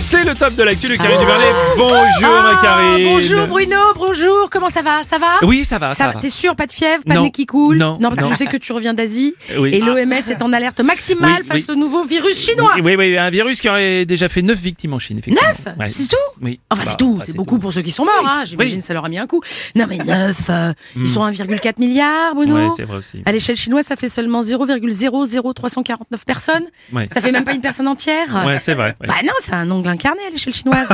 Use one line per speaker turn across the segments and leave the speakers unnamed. C'est le top de l'actu de Karine Duverlet. Bonjour ma
Ah,
Karine.
Bonjour Bruno, bonjour, comment ça va Ça va
Oui, ça va, ça,
Ça va,
va.
T'es sûr, pas de fièvre, pas
Non,
de nez qui coule
non,
parce
non.
que je sais que tu reviens d'Asie
Oui.
et l'OMS est en alerte maximale
Oui,
face
oui.
au nouveau virus chinois.
Oui, oui, oui, un virus qui aurait déjà fait 9 victimes en Chine, effectivement.
Neuf
Ouais.
C'est tout
Oui.
Enfin,
Bah,
c'est tout,
bah,
c'est beaucoup pour ceux qui sont morts, hein. j'imagine
Oui. Hmm.
ça leur a mis un coup. Non mais neuf, euh, ils sont 1,4 milliard, Bruno.
Ouais, c'est vrai aussi.
À l'échelle chinoise, ça fait seulement 0,00349 personnes.
Ouais.
Ça fait même pas une personne entière.
Ouais, c'est vrai. ouais.
Bah non, c'est un ongle incarné à l'échelle chinoise.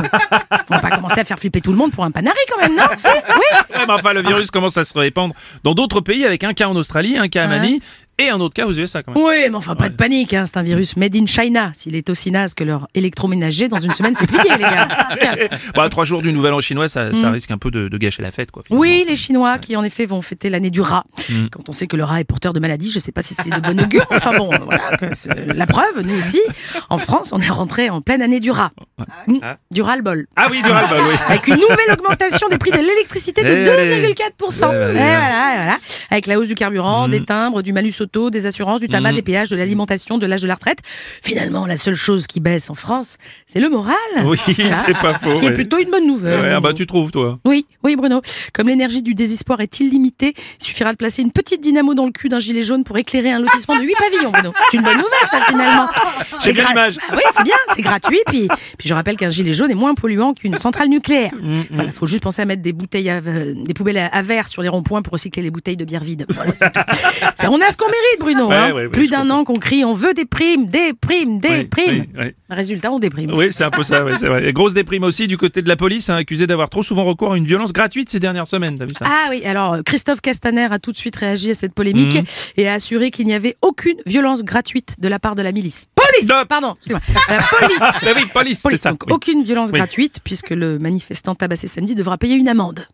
On va pas commencer à faire flipper tout le monde pour un panari quand même, non Si Oui
Ouais, mais enfin, le virus commence à se répandre dans d'autres pays avec un cas en Australie, un cas à
Ouais.
Manille et un autre cas aux USA quand même.
Oui, mais enfin, pas de panique, hein, c'est un virus made in China. S'il est aussi naze que leur électroménager, dans une semaine, c'est plié, les gars.
Bah, à trois jours du nouvel an chinois, ça, ça risque un peu de, de gâcher la fête, quoi. finalement.
Mm. Oui, les Chinois qui, en effet, vont fêter l'année du rat. Quand on sait que le rat est porteur de maladies, je sais pas si c'est de bon augure. Enfin bon, euh, voilà, que c'est la preuve, nous aussi, en France, on est rentré en pleine année du rat. Mm, Du ras-le-bol.
Ah oui, du ras oui.
avec une nouvelle augmentation des prix de l'électricité de
Eh, allez.
2,4%.
Eh, Mm.
Et
allez.
voilà, et voilà. Avec la hausse du carburant, des timbres, du malus auto, des assurances, du
Mm.
tabac, des péages, de l'alimentation, de l'âge de la retraite. Finalement, la seule chose qui baisse en France, c'est le moral.
Oui,
Voilà.
c'est pas
Ah, Ce
faux.
qui est
ouais.
plutôt une bonne nouvelle.
Ouais, ah bah, tu trouves, toi.
Oui, oui Bruno. Comme l'énergie du désespoir est illimitée, il suffira de placer une petite dynamo dans le cul d'un gilet jaune pour éclairer un lotissement de 8 pavillons, Bruno. C'est une bonne nouvelle, ça, finalement.
J'ai bien
gra-
l'image.
Bah oui, c'est bien, c'est gratuit. Puis, puis je rappelle qu'un gilet jaune est moins polluant qu'une centrale nucléaire.
Mm,
Voilà, faut juste penser à mettre des bouteilles, à- euh, des poubelles à, à verre sur les ronds-points pour recycler les bouteilles de bière vide. Voilà, c'est tout. C'est- on a ce qu'on mérite, Bruno.
Ouais,
hein.
ouais, ouais,
Plus
je
d'un an qu'on crie, on veut des primes, des primes, des
Oui,
primes.
oui, Oh, oui.
Résultat, on déprime.
Oui, c'est un peu ça, oui, c'est vrai. Et grosse déprime aussi du côté de la police, hein, accusée d'avoir trop souvent recours à une violence gratuite ces dernières semaines, t'as vu ça
Ah oui, alors euh, Christophe Castaner a tout de suite réagi à cette polémique
Mhm.
et a assuré qu'il n'y avait aucune violence gratuite de la part de la milice. Police
Non.
Pardon, excuse-moi. La police
Bah oui, police, c'est
Police,
ça.
donc
oui.
aucune violence
Oui.
gratuite puisque le manifestant tabassé samedi devra payer une amende.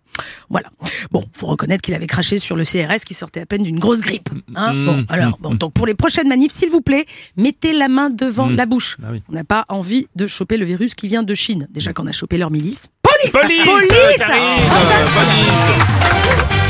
Voilà. Bon, faut reconnaître qu'il avait craché sur le CRS qui sortait à peine d'une grosse grippe. hein.
Mhm.
Bon, alors, bon, donc pour les prochaines manifs, s'il vous plaît, mettez la main devant la bouche.
Ah oui. Mm.
On n'a pas envie de choper le virus qui vient de Chine. Déjà qu'on a chopé leur milice.
Police,
Police Ah,
Karine, euh, police.